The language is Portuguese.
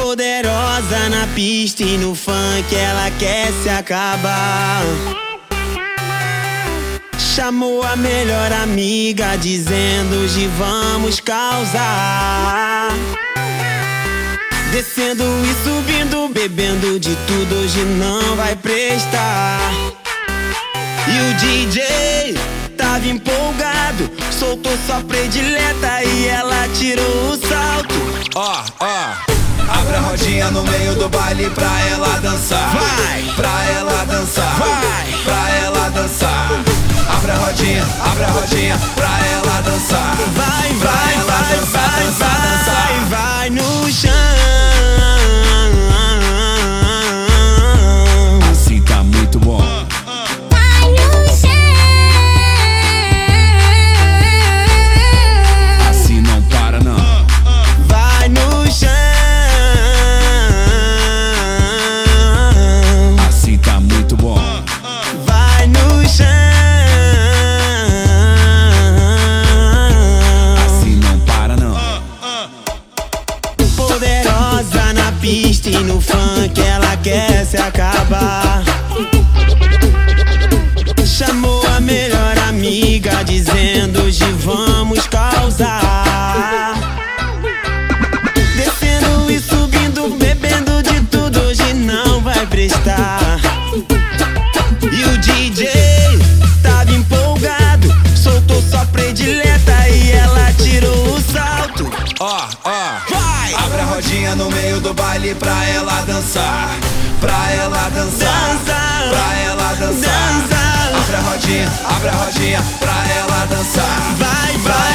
poderosa na pista e no funk ela quer se acabar. Chamou a melhor amiga, dizendo hoje vamos causar. Descendo e subindo, bebendo de tudo, hoje não vai prestar. E o DJ tava empolgado, soltou sua predileta e ela tirou o salto. Ó, ó. Abre a rodinha no meio do baile pra ela dançar. Vai. Pra ela dançar. Vai. Pra ela dançar. Abre a rodinha, abre a rodinha pra ela dançar. Vai, Pra vai, ela vai, dançar, vai, dançar, dançar. vai, vai no chão. Assim tá muito bom. Vai no chão. Assim não para não. Vai no chão. Assim tá muito bom. Vai no chão. Assim não para não. Poderosa na pista e no funk ela quer se acabar. Chamou a melhor amiga dizendo hoje vamos causar. Descendo e subindo, bebendo de tudo hoje não vai prestar. E o DJ tava empolgado, soltou sua predileta e ela tirou o salto. Ó, ó. Vai! Abre a rodinha no meio do baile pra ela dançar. Pra ela dançar. Dança! Pra ela dançar. Dança! Abre a rodinha, abre a rodinha pra ela dançar. Vai, Pra Assim tá Assim Assim tá Assim